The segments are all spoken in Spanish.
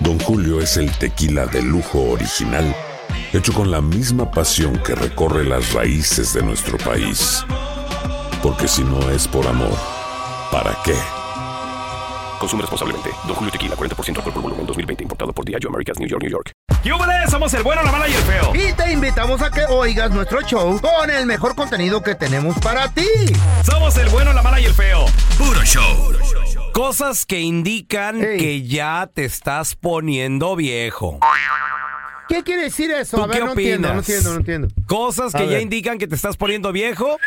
Don Julio es el tequila de lujo original, hecho con la misma pasión que recorre las raíces de nuestro país. Porque si no es por amor, ¿para qué? Consume responsablemente. Don Julio Tequila, 40% alcohol por volumen, 2020. Importado por Diageo Americas, New York, New York. ¡Yúbales! Somos el bueno, la mala y el feo. Y te invitamos a que oigas nuestro show con el mejor contenido que tenemos para ti. Somos el bueno, la mala y el feo. Puro show. Cosas que indican que ya te estás poniendo viejo. ¿Qué quiere decir eso? ¿Tú A ver, qué no entiendo, no opinas? entiendo, no entiendo. Cosas A que ya ver. indican que te estás poniendo viejo.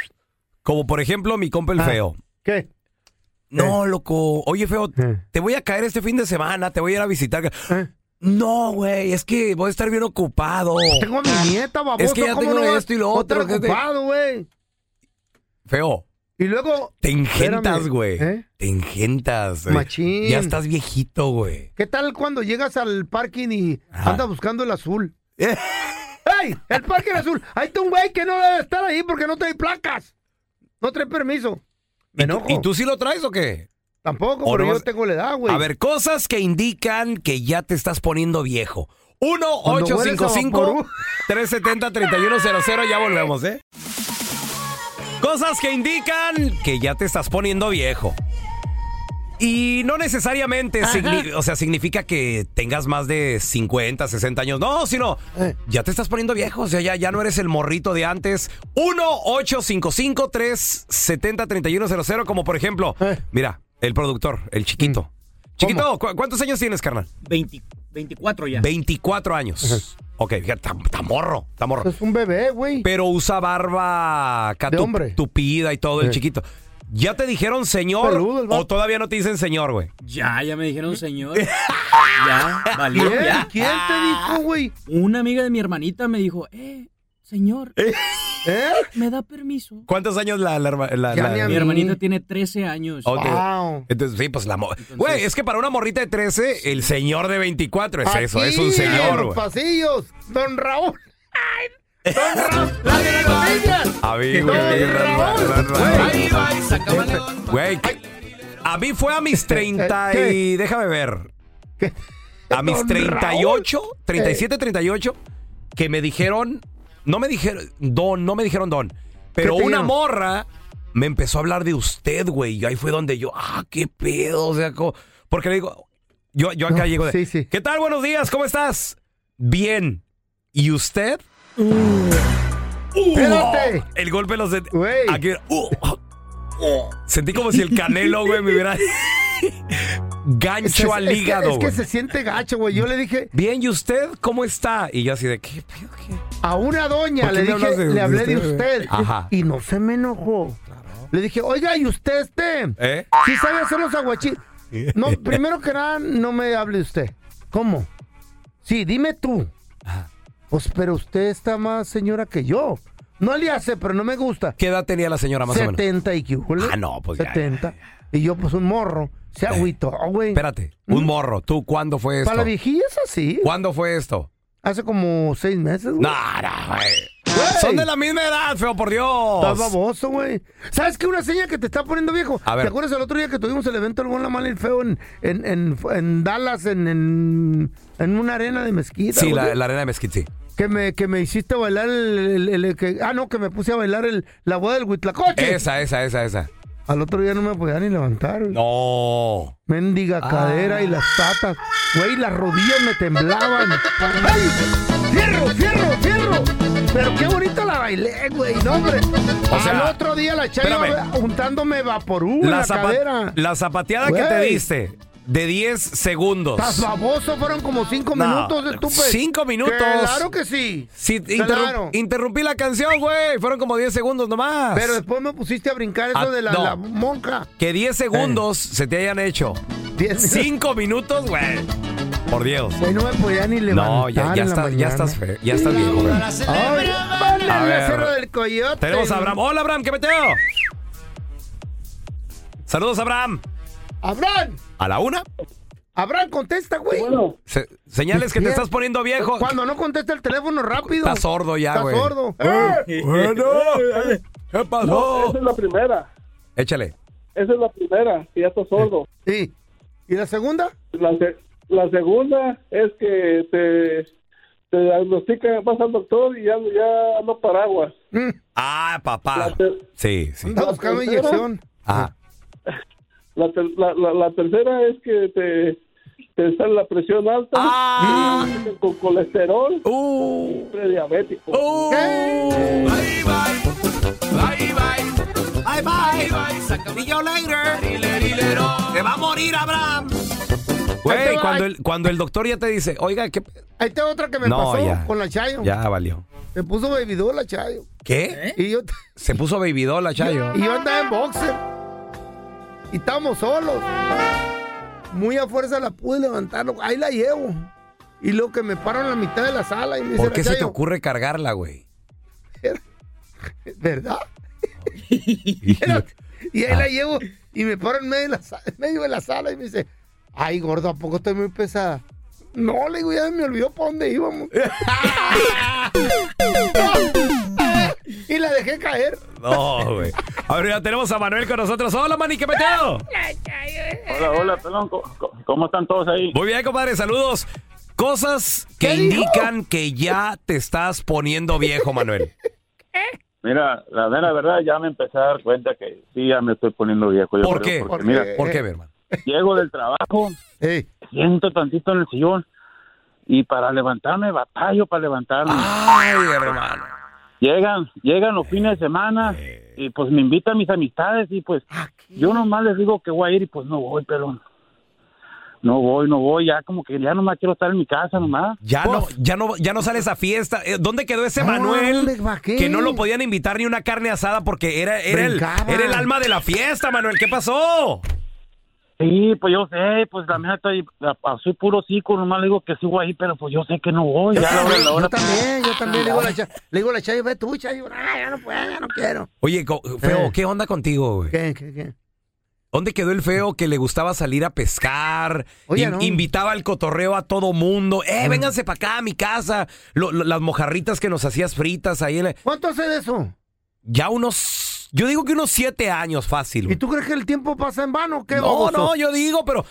Como por ejemplo mi compa el Ah. feo. ¿Qué? No, loco. Oye, feo, Eh. te voy a caer este fin de semana, te voy a ir a visitar. Eh. No, güey, es que voy a estar bien ocupado. Tengo a mi nieta, baboso. Ah, Es que ya ¿cómo tengo no vas- esto y lo no estar otro, gente? ocupado, güey. Feo, Y luego, te ingentas, Espérame, güey. ¿eh? Te ingentas. güey. Machín. Ya estás viejito, güey. ¿qué tal cuando llegas al parking y Ajá. andas buscando el azul? Ah. Eh. ¡Ey! ¡El parking azul! Ahí está un güey que no debe estar ahí porque no trae placas. No trae permiso. Me ¿Y tú- enojo. ¿Y tú sí lo traes o qué? Tampoco, ¿O pero nomás- yo tengo la edad, güey. A ver, cosas que indican que ya te estás poniendo viejo. 1-855-370-3100. Cuando Ya volvemos, ¿eh? Cosas que indican que ya te estás poniendo viejo. Y no necesariamente, signi- o sea, significa que tengas más de 50, 60 años. No, sino Eh. ya te estás poniendo viejo. O sea, ya, ya no eres el morrito de antes. 1-855-370-3100. Como por ejemplo, Eh. Mm. mira, el productor, el chiquito. Chiquito, ¿cu- ¿cuántos años tienes, carnal? 20 24 ya. 24 años. Ok, fíjate, tam- tamorro, tamorro. Es Pues un bebé, güey. Pero usa barba acá De tu- hombre. tupida y todo, el Sí. chiquito. ¿Ya te dijeron señor Peludo el vato. o todavía no te dicen señor, güey? Ya, ya me dijeron señor. ya, valió ¿Quién? ya. ¿Quién te Ah. dijo, güey? Una amiga de mi hermanita me dijo, eh, señor, ¿Eh? ¿me da permiso? ¿Cuántos años la... la, herma- la- Ya la- ni a Mi mí. hermanita tiene 13 años. Ok. Wow. Entonces, sí, pues la... mo- Güey, es que para una morrita de 13, el señor de 24 es Pues eso, es un Aquí, en señor, los güey. pasillos, don Raúl. Ay, Don Raúl, la de las noticias. A mí, güey, Don qué raro, Raúl. raro, raro. Güey, Güey, que- a mí fue a mis 30 y... Déjame ver. A mis Don Eh. 38, 37, 38, que me dijeron... No me dijeron... Don, no me dijeron don. Pero ¿Qué te una dijeron? morra me empezó a hablar de usted, güey. Y ahí fue donde yo... Ah, qué pedo. O sea, co- porque le digo... Yo, yo acá No, llego de... sí, sí. ¿Qué tal? Buenos días. ¿Cómo estás? Bien. ¿Y usted? Uh. Uh. Espérate. El golpe los... sent- Güey. Aquí- ¡Uh! ¡Oh! Sentí como si el canelo, güey, me hubiera... Es que- Gancho es al que- hígado, Es que, güey. se siente gacho, güey. Yo le dije Bien, ¿y usted cómo está? Y yo así de, ¿qué pedo? qué? a una doña, ¿Por qué le me dije, hablas de- le hablé de de usted? usted. Ajá. Y no se me enojó. Le dije, oiga, ¿y usted este? ¿Eh? ¿Sí sabe hacer los aguachiles? No, primero que nada, no me hable usted. ¿Cómo? Sí, dime tú. Pues, pero usted está más señora que yo. No le hace, pero no me gusta. ¿Qué edad tenía la señora Ah, más o menos? 70 y que hule. Ah, no, pues ya, Eh, 70. Y yo, pues un morro. Se agüito. Ah, güey. Espérate, un morro. ¿Tú cuándo fue esto? Para la viejilla es así. ¿Cuándo fue esto? Hace como seis meses, güey. No, no, güey. Güey. Son de la misma edad, feo, por Estás Dios. baboso, güey. ¿Sabes qué? Una señal que te está poniendo viejo. A ver. ¿Te acuerdas el otro día que tuvimos el evento El Buen, la Mala y el Feo en, en, en, en Dallas, en, en, en una arena de mezquita? Sí, güey? la, la arena de Mezquite. sí. Que me, que me hiciste bailar el, el- el- que- Ah, no, que me puse a bailar el, la boda del Huitlacoche. Esa, esa, esa, esa. Al otro día no me podía ni levantar, güey. No. Mendiga Ah. cadera y las patas. Güey, las rodillas me temblaban. ¡Ay! ¡Fierro, fierro, fierro! Pero qué bonita la bailé, güey. No, hombre. O sea, Al otro día la espérame. chava juntándome vaporú en la, zapa- cadera. la zapateada que te Güey. diste de 10 segundos. Estás baboso, fueron como cinco No, minutos, estúpido. cinco minutos. Claro que sí. Sí, interrum- claro. interrumpí la canción, güey. Fueron como 10 segundos nomás. Pero después me pusiste a brincar eso Ah, de la, no. la monja. que 10 segundos Eh. se te hayan hecho. Diez minutos. 5 minutos, güey. Por Dios. Güey, no me podía ni levantar. No, ya, ya, en la estás- ya mañana. estás feo. Ya estás viejo, güey. Ay, vale, A el ver. becerro del coyote. Tenemos a Abraham. Hola, Abraham, ¿qué meteo? Saludos, Abraham. Abraham, ¿A la una? Abraham, contesta, güey. Se- señales que te estás poniendo viejo. Cuando no contesta el teléfono rápido. Estás sordo ya, Estás güey. sordo. Eh. Eh, Bueno, ¿qué pasó? Esa es la primera. Échale. Esa es la primera, que ya está sordo. Sí. ¿Y la segunda? La, se- la segunda es que te, te diagnostican, vas al doctor y ya, ya no paraguas. Mm, Ah, papá. Sí, sí. Está buscando tercera? inyección. Ah, La, ter- la, la, la tercera es que te, te sale la presión alta Ah. y con colesterol Uh. prediabético. Uh. Bye bye. See you later. Te va a morir, Abraham. Ahí te Güey, va, cuando ahí- el, cuando el doctor ya te dice, oiga, ¿qué? pe-?" Ahí está otra que me No, pasó ya. con la Chayo. Ya valió. Me puso bebidol la Chayo. ¿Qué? Y yo, Se puso babydoll la Chayo. y yo andaba en boxer. Y estábamos solos. Muy a fuerza la pude levantar. loco. Ahí la llevo. Y luego que me paro en la mitad de la sala y me dice, ¿Por qué la se te Chayo, ocurre cargarla, güey? ¿Verdad? Era- y ahí la llevo y me paro en medio, de la sa- en medio de la sala y me dice, ay gordo, ¿a poco estoy muy pesada? No, le digo, ya me olvidó para dónde íbamos. y la dejé caer. No, güey. Ahora ya tenemos a Manuel con nosotros. Hola, Mani, ¿qué meteo? Hola, hola, perdón, ¿cómo están todos ahí? Muy bien, compadre, saludos. Cosas que indican que ya te estás poniendo viejo, Manuel. Mira, la mera verdad ya me empecé a dar cuenta que sí, ya me estoy poniendo viejo. Yo creo, ¿Por qué? Porque, Porque- mira, ¿Por qué, mi hermano? llego del trabajo, Ey, siento tantito en el sillón y para levantarme batallo para levantarme. Ay, hermano. Eh, Llegan, llegan los fines de semana y pues me invitan mis amistades y pues yo nomás les digo que voy a ir y pues no voy, pero no voy, no voy, ya como que ya nomás quiero estar en mi casa nomás. Ya no, ya no, ya no sales a fiesta. Eh, ¿Dónde quedó ese No, Manuel? ¿dónde? ¿Pa' qué? Que no lo podían invitar ni una carne asada porque era, era, el, Brincaba. era el alma de la fiesta, Manuel. ¿Qué pasó? Sí, pues yo sé, pues la mía estoy, la- soy puro psico, nomás le digo que sí voy a ir, pero pues yo sé que no voy. Ya la hora, la yo hora. también, yo también le digo a la Chayo, le digo a la Chayo, ve tú, Chayo, "Ah, ya no puedo, ya no quiero. Oye, co- feo, Eh. ¿qué onda contigo, güey? ¿Qué, qué, qué? ¿Dónde quedó el feo que le gustaba salir a pescar? Oye, In- no. Invitaba al cotorreo a todo mundo. ¡Eh, vénganse para acá a mi casa! Lo- lo- las mojarritas que nos hacías fritas ahí. en la- ¿Cuánto hace de eso? Ya unos. Yo digo que unos siete años fácil. ¿Y güey. tú crees que el tiempo pasa en vano? o ¿Qué No, baboso? no, yo digo, pero.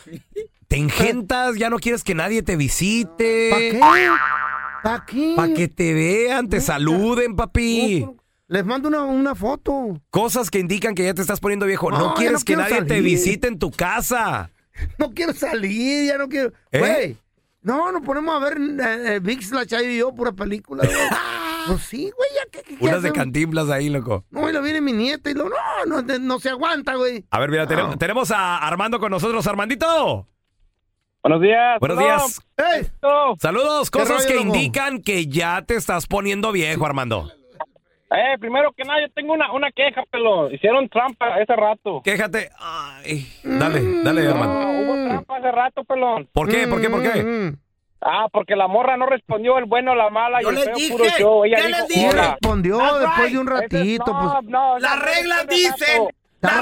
Te engentas, ya no quieres que nadie te visite. ¿Para qué? ¿Para qué? pues, Para que te vean, te saluden, papi. Les mando una, una foto. Cosas que indican que ya te estás poniendo viejo. No, No, ya no quieres que quiero nadie te salir. visite en tu casa. No quiero salir, ya no quiero. ¿Eh? Güey, no, nos ponemos a ver eh, eh, Vix, la Chayo y yo, pura película. güey. no, sí, güey, ya que. Unas de cantimblas ahí, loco. No, y lo viene mi nieta y lo. No, no, te- no se aguanta, güey. A ver, mira, tenemos, tenemos a Armando con nosotros. Armandito. Buenos días. Buenos días. ¡Ey! Saludos. Cosas rollo, que loco? indican que ya te estás poniendo viejo, Armando. Eh, primero que nada, yo tengo una, una queja, pelo. Hicieron trampa ese rato. Ah, Quéjate. Ay, dale, dale, Armando. Hubo trampa hace rato, pelón. ¿Por qué? ¿Por qué? ¿Por qué? Mm, mm. Ah, porque la morra no respondió el bueno, la mala Yo y el les feo dije, puro show. Ella yo dijo, les dije. Y hola. respondió después de un ratito. pues, La estaba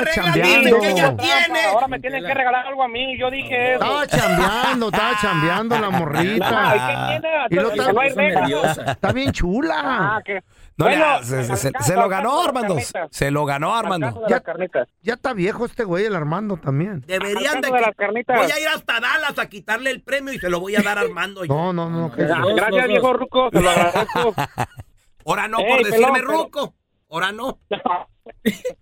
Dicen chambeando. que ya tiene. Ahora me tienen que regalar algo a mí. Yo Ah, dije eso. Estaba chambeando, estaba chambeando la morrita. Ah, ¿y qué tiene? Y lo Entonces, no hay estaba- reglas. Está bien chula. Ah, que- No, le Bueno, haces, se, al se- caso- se lo al caso ganó, de las Armando. carnitas. Se lo ganó, Al Armando. caso de Ya- las carnitas. Ya está viejo este güey, el Armando también. Al caso de las carnitas. ir hasta Dallas a quitarle el premio y se lo voy a dar a Armando. No, no, no. que- Ah, Gracias, viejo Ruco. Te lo agradezco. Ahora no Ey, pelón, pero- Ahora no.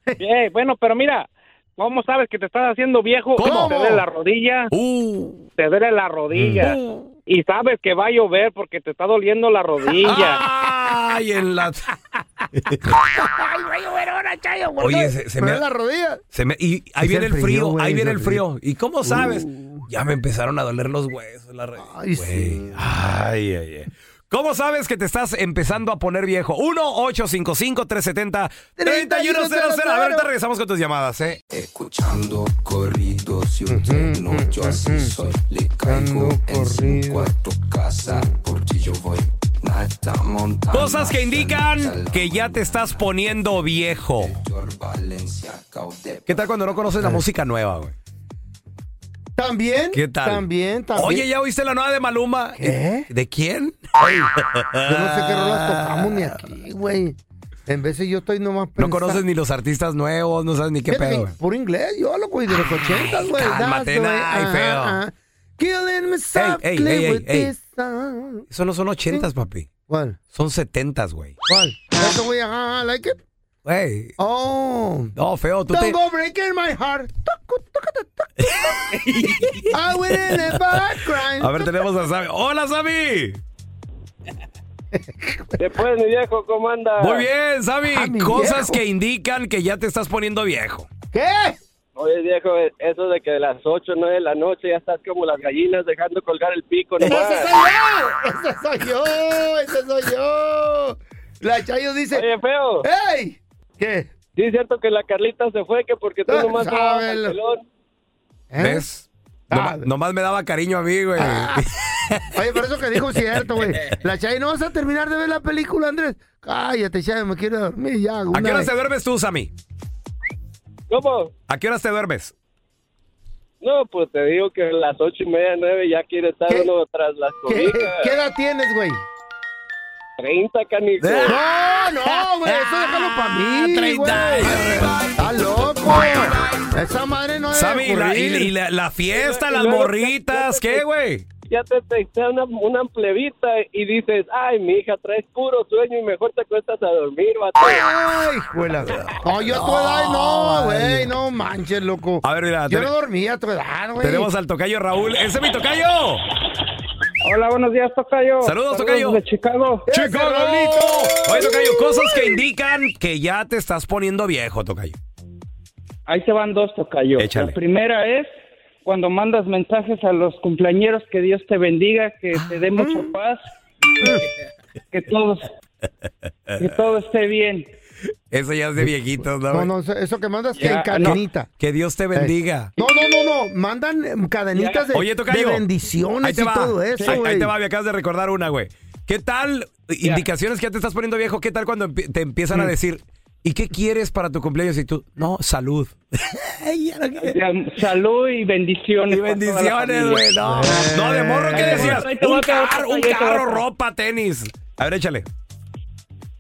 Eh, bueno, pero mira, ¿Cómo sabes que te estás haciendo viejo? ¿Cómo? Te duele la rodilla. Te duele la rodilla. Y sabes que va a llover porque te está doliendo la rodilla. Ay, en la... Oye, se, se me... da la rodilla. se me- y ahí Es viene el el frío, frío, ahí güey, viene es el el frío. ¿Y cómo sabes? Uh. Ya me empezaron a doler los huesos, la re- Ay, sí. Güey. Ay, ay, ay. ¿Cómo sabes que te estás empezando a poner viejo? 1-855-370-3100. A ver, te regresamos con tus llamadas, ¿eh? Escuchando corridos y usted no, yo así soy. Le caigo en cinco a tu casa, por ti yo voy. Nada Mm. montana. Cosas que indican que ya te estás poniendo viejo. ¿Qué tal cuando no conoces Eh. la música nueva, güey? ¿También? ¿Qué tal? También, también. Oye, ¿ya oíste la nueva de Maluma? ¿De quién? Yo no sé qué rolas tocamos ni aquí, güey. En veces yo estoy No nomás pensando. conoces ni los artistas nuevos, no sabes ni qué Fíjate que pedo, güey. Puro inglés, yo lo güey, de los ochentas, güey. cálmate, That's the way, ay, ajá, feo. ajá. Killing me softly ey, ey, with ey. this song. Eso no son ochentas, papi. ¿Cuál? Son setentas, güey. ¿Cuál? Eso, güey, ajá, ajá, like it. Güey. Oh. No, feo, tú Don't te... go breaking my heart. I went in the background. A ver, tenemos a Sammy. ¡Hola, Sammy! Después, pues, mi viejo, ¿cómo anda? Muy bien, Sammy. Ah, Cosas viejo. que indican que ya te estás poniendo viejo. ¿Qué? Oye, viejo, eso de que a las 8 o 9 de la noche ya estás como las gallinas dejando colgar el pico nomás. ¡Ese soy yo! ¡Ese soy yo! ¡Ese soy yo! La Chayo dice... Oye, pues. feo. ¡Ey! ¿Qué? Sí, es cierto que la Carlita se fue, que porque tú Ah, nomás dabas al sábelo. pelón. ¿Eh? ¿Ves? Nomás, nomás me daba cariño a mí, güey. Ah, Oye, pero eso que dijo es cierto, güey. La Chayo, ¿no vas a terminar de ver la película, Andrés? Cállate, Chayo, me quiero dormir ya. ¿A una qué horas vez. te duermes tú, Sammy? ¿Cómo? ¿A qué horas te duermes? No, pues te digo que a las 8 y media, 9 ya quiere estar uno tras las ¿Qué, cobijas. qué edad tienes, güey? 30, canijo. No, no, güey, eso déjalo para Ah, mí, 30 Está loco. Esa madre no debe Sammy, la- y, ocurrir. y la, la fiesta, Y las luego- morritas, ¿qué, güey? Ya te textea una, una plebita y dices, ay, mi hija, traes puro sueño y mejor te cuestas a dormir, vato. ¡Ay, Escuela. No, yo a tu edad no, güey, no manches, loco. A ver, mira, Yo te- no dormía a tu edad, güey. tenemos al tocayo Raúl. ¡Ese es mi tocayo! Hola, buenos días, Tocayo. Saludos, Tocayo. De Chicago. ¡Chicago! Oye, tocayo, cosas que indican que ya te estás poniendo viejo, tocayo. Ahí se van dos, Tocayo. La primera es cuando mandas mensajes a los cumpleañeros que Dios te bendiga, que Ah. te dé mucha Mm. paz, que todos, que todo esté bien. Eso ya es de viejitos, ¿no? No, güey? no, eso- eso que mandas que en Ya, cadenita. no. Que Dios te bendiga. No, no, no, no. Mandan em, cadenitas de, Oye, tocayo. de ahí bendiciones te y va. todo eso, ahí, ahí güey. te va, me acabas de recordar una, güey. ¿Qué tal? Indicaciones que ya te estás poniendo viejo. ¿Qué tal cuando empie- te empiezan a Mm. decir, ¿y qué quieres para tu cumpleaños? Y tú, no, salud. Salud y bendiciones. Y Bendiciones, güey. Eh. No, no, de morro, ¿qué decías? Un carro, un carro, ropa, tenis. A ver, échale.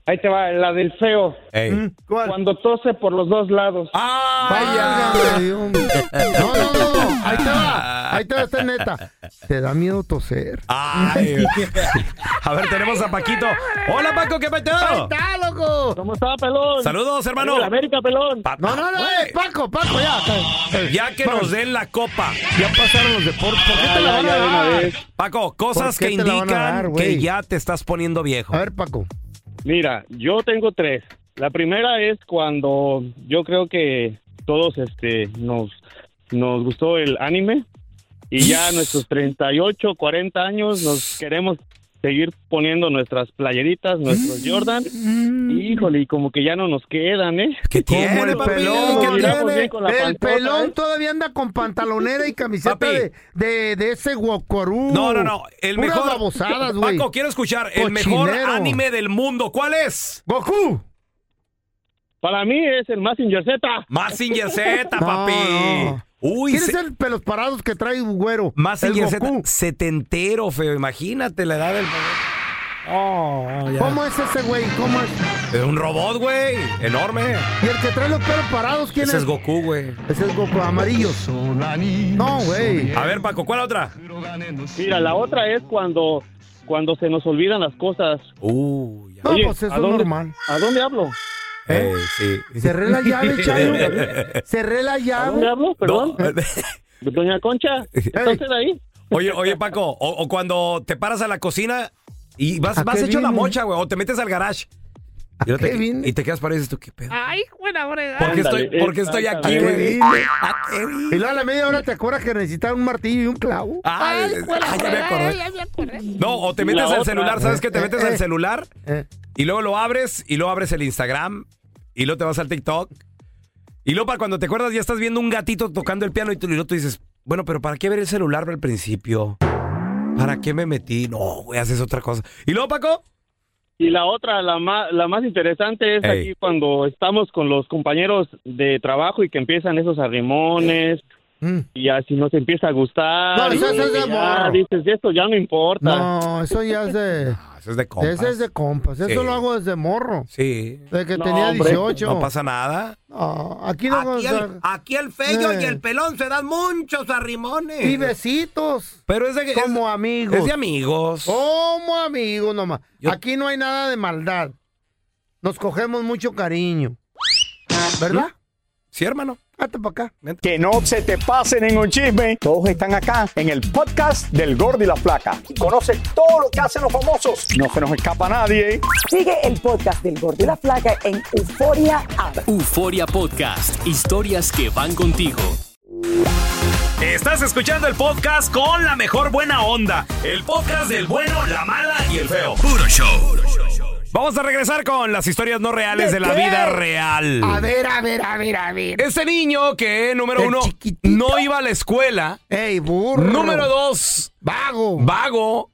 Ahí te va, la del feo. Ey. Mm, Cuando tose por los dos lados. ¡Ah, No, no, no, no. Ahí te va. Ahí te va, esta es neta. Te da miedo toser. Ay, güey. a ver, tenemos a Paquito. Hola, Paco, ¿qué Ahí peteo? está, loco. ¿Cómo está, pelón? Saludos, hermano. ¡Viva la América, pelón. Pa- No, no, no, eh, Paco, Paco, ya. Ah, Ya que nos den la copa. Ya pasaron los deportes. Ah, ¿Por qué te la van a dar? Paco, cosas ¿Por que qué te la van a indican dar, güey? que ya te estás poniendo viejo. A ver, Paco. Mira, yo tengo tres. La primera es cuando yo creo que todos este nos, nos gustó el anime y ya a nuestros 38, 40 años nos queremos seguir poniendo nuestras playeritas, Mm. nuestros Jordan. Híjole, y como que ya no nos quedan, ¿eh? ¿Qué Como tiene, el papi? pelón, ¿Qué el tiene? Bien con la El panzota, pelón ¿eh? todavía anda con pantalonera y camiseta Papi. de, de, de ese guacorú. No, no, no. El Puras mejor. babosadas, güey. Paco, quiero escuchar el mejor Cochinero. anime del mundo. ¿Cuál es? ¡Goku! Para mí es el Massinger Z. Massinger Z, No, papi. no. Uy, ¿Quién se- es el pelos parados que trae un güero? Mazinger El Z. Goku. Setentero, feo. Imagínate la edad del. Oh, ya. ¿Cómo es ese güey? ¿Cómo es? Es un robot, güey. Enorme. ¿Y el que trae los pelos parados quién Ese es? es Goku, güey. Ese es Goku, amarillo. No, güey. A ver, Paco, ¿cuál otra? Mira, la otra es cuando, cuando se nos olvidan las cosas. Uh, ya. No, Oye, pues eso ¿a es dónde- normal. ¿A dónde hablo? Eh, sí. Cerré la llave, Chayo. Cerré la ¿A llave. dónde hablo? Perdón. Doña Concha, entonces ahí. Oye, oye, Paco, o, o cuando te paras a la cocina y vas, ¿A vas qué hecho la vine? mocha, güey, o te metes al garage. Y, no te, y te quedas parado y dices tú, ¿qué pedo? Ay, buena hora. ¿Por qué estoy, por qué estoy aquí, güey? ¿A qué vine? Y luego a la media hora te acuerdas que necesitas un martillo y un clavo. Ay, ah, ya me acordé. No, o te metes La al otra. celular, ¿sabes Eh, qué? Te eh, metes eh. al celular Eh. y luego lo abres y luego abres el Instagram y luego te vas al TikTok. Y luego para cuando te acuerdas ya estás viendo un gatito tocando el piano y tú, y luego tú dices, bueno, pero ¿para qué ver el celular al principio? ¿Para qué me metí? No, güey, haces otra cosa. ¿Y luego, Paco? Y la otra, la más, la más interesante es Ey. aquí cuando estamos con los compañeros de trabajo y que empiezan esos arrimones y así nos empieza a gustar. No, eso- y eso es de ya morro. dices, esto ya no importa. No, eso ya es de. Ah, Eso es de compas. Ese es de compas. Sí. Eso lo hago desde morro. Sí. Desde que No, tenía hombre, 18. no pasa nada. No, aquí no Aquí vamos a- el- aquí el fello Eh. y el pelón se dan muchos arrimones. Y besitos. Pero es de- Como es- amigos. es de amigos. Como amigos nomás. Aquí no hay nada de maldad. Nos cogemos mucho cariño. ¿Verdad? Sí, hermano. Hasta para acá. Que no se te pase ningún chisme. Todos están acá en el podcast del Gordi y la Flaca. Y Conoce todo lo que hacen los famosos. No se nos escapa nadie. Sigue el podcast del Gordi y la Flaca en Euforia Euforia Podcast. Historias que van contigo. Estás escuchando el podcast con la mejor buena onda. El podcast del bueno, la mala y el feo. Puro show. Vamos a regresar con las historias no reales de, la qué? vida real. A ver, a ver, a ver, a ver. Este niño que, número uno, no iba a la escuela. ¡Ey, burro! Número dos, vago. Vago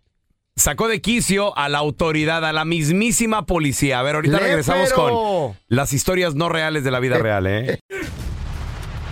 sacó de quicio a la autoridad, a la mismísima policía. A ver, ahorita regresamos Lépero. con las historias no reales de la vida real, ¿eh?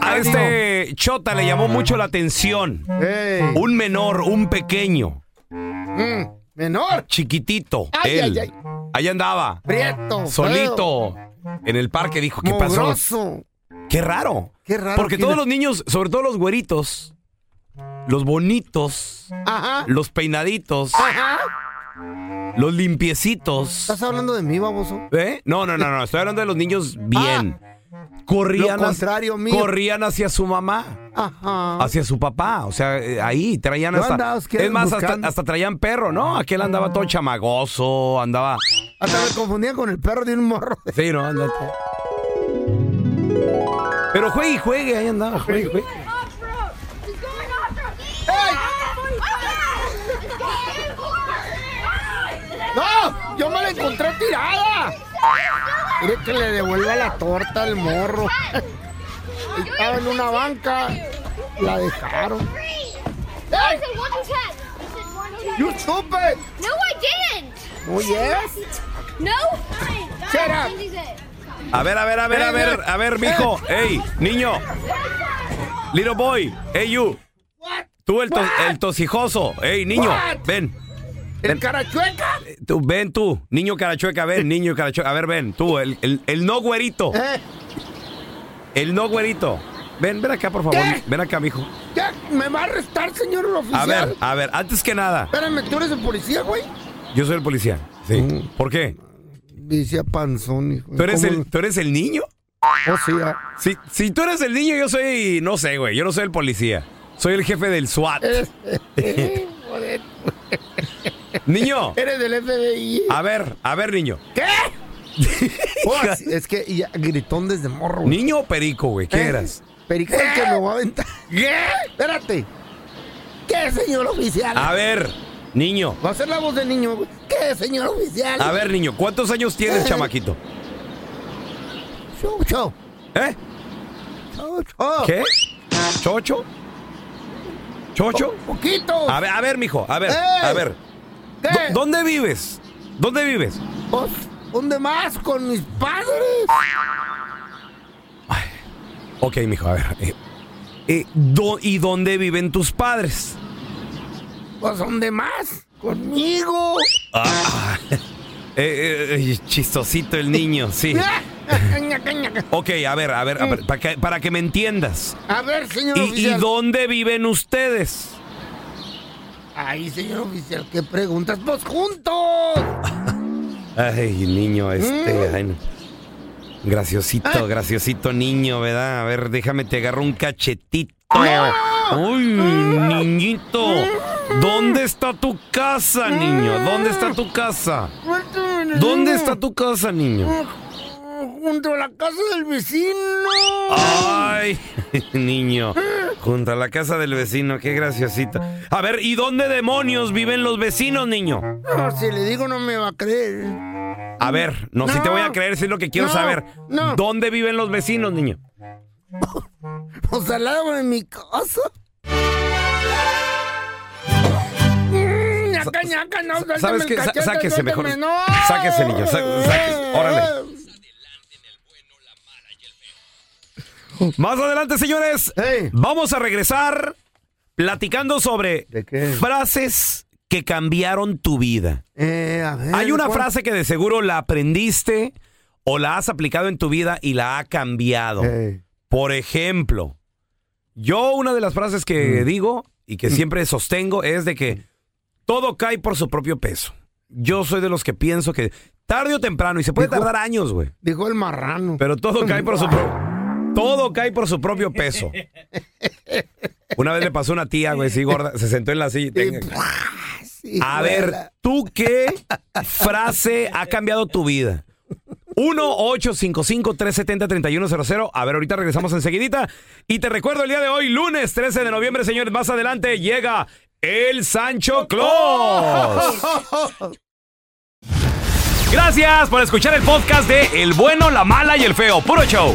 a este Chota le llamó mucho la atención. Un menor, un pequeño, menor. chiquitito. Ay, él. ay, ay. Ahí andaba. Prieto. Solito. En el parque dijo, ¿qué pasó? Mugroso. Qué raro. Qué raro. Porque Kina. todos los niños, sobre todo los güeritos, los bonitos, Ajá. los peinaditos, Ajá. los limpiecitos. ¿Estás hablando de mí, baboso? ¿eh? No, no, no, no. Estoy hablando de los niños bien. corrían, Lo hacia- contrario mío. corrían hacia su mamá, Ajá. hacia su papá. O sea, eh, ahí traían No hasta. andabas, ¿qué? es más, hasta, Buscando. hasta traían perro, ¿no? Aquel andaba todo chamagoso, andaba. Hasta me confundía con el perro de un morro. Sí, no, anda todo. Pero juegue y juegue, ahí andaba, juegue y juegue. ¡No! ¡Yo me la encontré tirada! Mire que le devuelva la torta al morro. Estaba en una banca. La dejaron. I said one ten. You said one ten. ¡You stupid! No, I didn't. Oh, yes? No. Shut up. A ver, a ver, a ver, a ver, a ver, mijo. Ey, niño. Little boy. Hey, you. Tú, el, to- el tosijoso. Ey, niño. What? Ven. ¡El carachueca! Tú, ven tú. Niño carachueca, ven, niño carachueca. A ver, ven. Tú, el, el- el no güerito. ¿Eh? El no güerito. Ven, ven acá, por favor. Ven acá, mijo. ¿Ya me va a arrestar, señor oficial? A ver, a ver, antes que nada, Espérame, ¿tú eres el policía, güey? yo soy el policía. Sí. ¿Por qué? Dice panzón, hijo. ¿Tú eres, Mm. ¿Cómo el, ¿Tú eres el niño? Oh, sí, ah. Si, si tú eres el niño, yo soy, no sé, güey, yo no soy el policía. Soy el jefe del SWAT. Joder. niño, Eres del FBI. a ver, a ver, niño. ¿Qué? Oh, así- es que ya, gritón desde morro. güey. ¿Niño o perico, güey? ¿Qué Eh, eras? Perico el que me va a aventar. ¿Qué? Espérate. ¿Qué, señor oficial? A ver, niño. Va a ser la voz del niño. güey. ¿Qué, señor oficial? A ver, niño, ¿cuántos años tienes, chamaquito? Show, show. ¿Eh? Show, show. ¿Qué? ¿Chocho? ¿Chocho? Poquito. A ver, a ver, mijo, a ver, Eh. a ver. ¿Qué? ¿Dó- ¿Dónde vives? ¿Dónde vives? Pues, ¿Dónde más? Con mis padres. Ok, mijo, a ver. eh, eh, do- ¿Y dónde viven tus padres? Pues ¿dónde más? Conmigo. Ah, ah. Eh, eh, eh, chistosito el niño, sí. ¡Ah! Caña, caña, caña. Ok, a ver, a ver, a ver, para, que, para que me entiendas. A ver, señor ¿Y, y oficial. dónde viven ustedes? Ay, señor oficial, ¿qué preguntas? Pues juntos. Ay, niño, este. ay, no. Graciosito, graciosito niño, ¿verdad? A ver, déjame te agarro un cachetito. Uy, niñito. ¿Dónde está tu casa, niño? ¿Dónde está tu casa? ¿Dónde está tu casa, niño? Junto a la casa del vecino. Ay, niño. Junto a la casa del vecino, qué graciosito. A ver, ¿y dónde demonios viven los vecinos, niño? No, si le digo no me va a creer. A ver, no, si te voy a creer, si es lo que quiero No, saber. no. ¿Dónde viven los vecinos, niño? Pues al lado de mi casa. Mm, Ñaca, ñaca, no, suéltame ¿Sabes el qué? Sa- cachete, sáquese suéltame, mejor. no. Sáquese, niño. sa- sáquese. Órale. Más adelante, señores, vamos a regresar platicando sobre frases que cambiaron tu vida. Eh, a ver, Hay una ¿cuál? frase que de seguro la aprendiste o la has aplicado en tu vida y la ha cambiado. Eh, Por ejemplo, yo una de las frases que digo y que siempre sostengo es de que todo cae por su propio peso. Yo soy de los que pienso que tarde o temprano, y se puede tardar años, güey. Dijo el marrano. Pero todo cae por su propio... Todo cae por su propio peso. Una vez le pasó a una tía, güey, sí, gorda, se sentó en la silla. y tenga- a ver, ¿tú qué frase ha cambiado tu vida? 1-855-370-3100. A ver, ahorita regresamos enseguidita. Y te recuerdo el día de hoy, lunes 13 de noviembre, señores, más adelante llega el Sancho Claus. Gracias por escuchar el podcast de El Bueno, la Mala y el Feo. Puro show.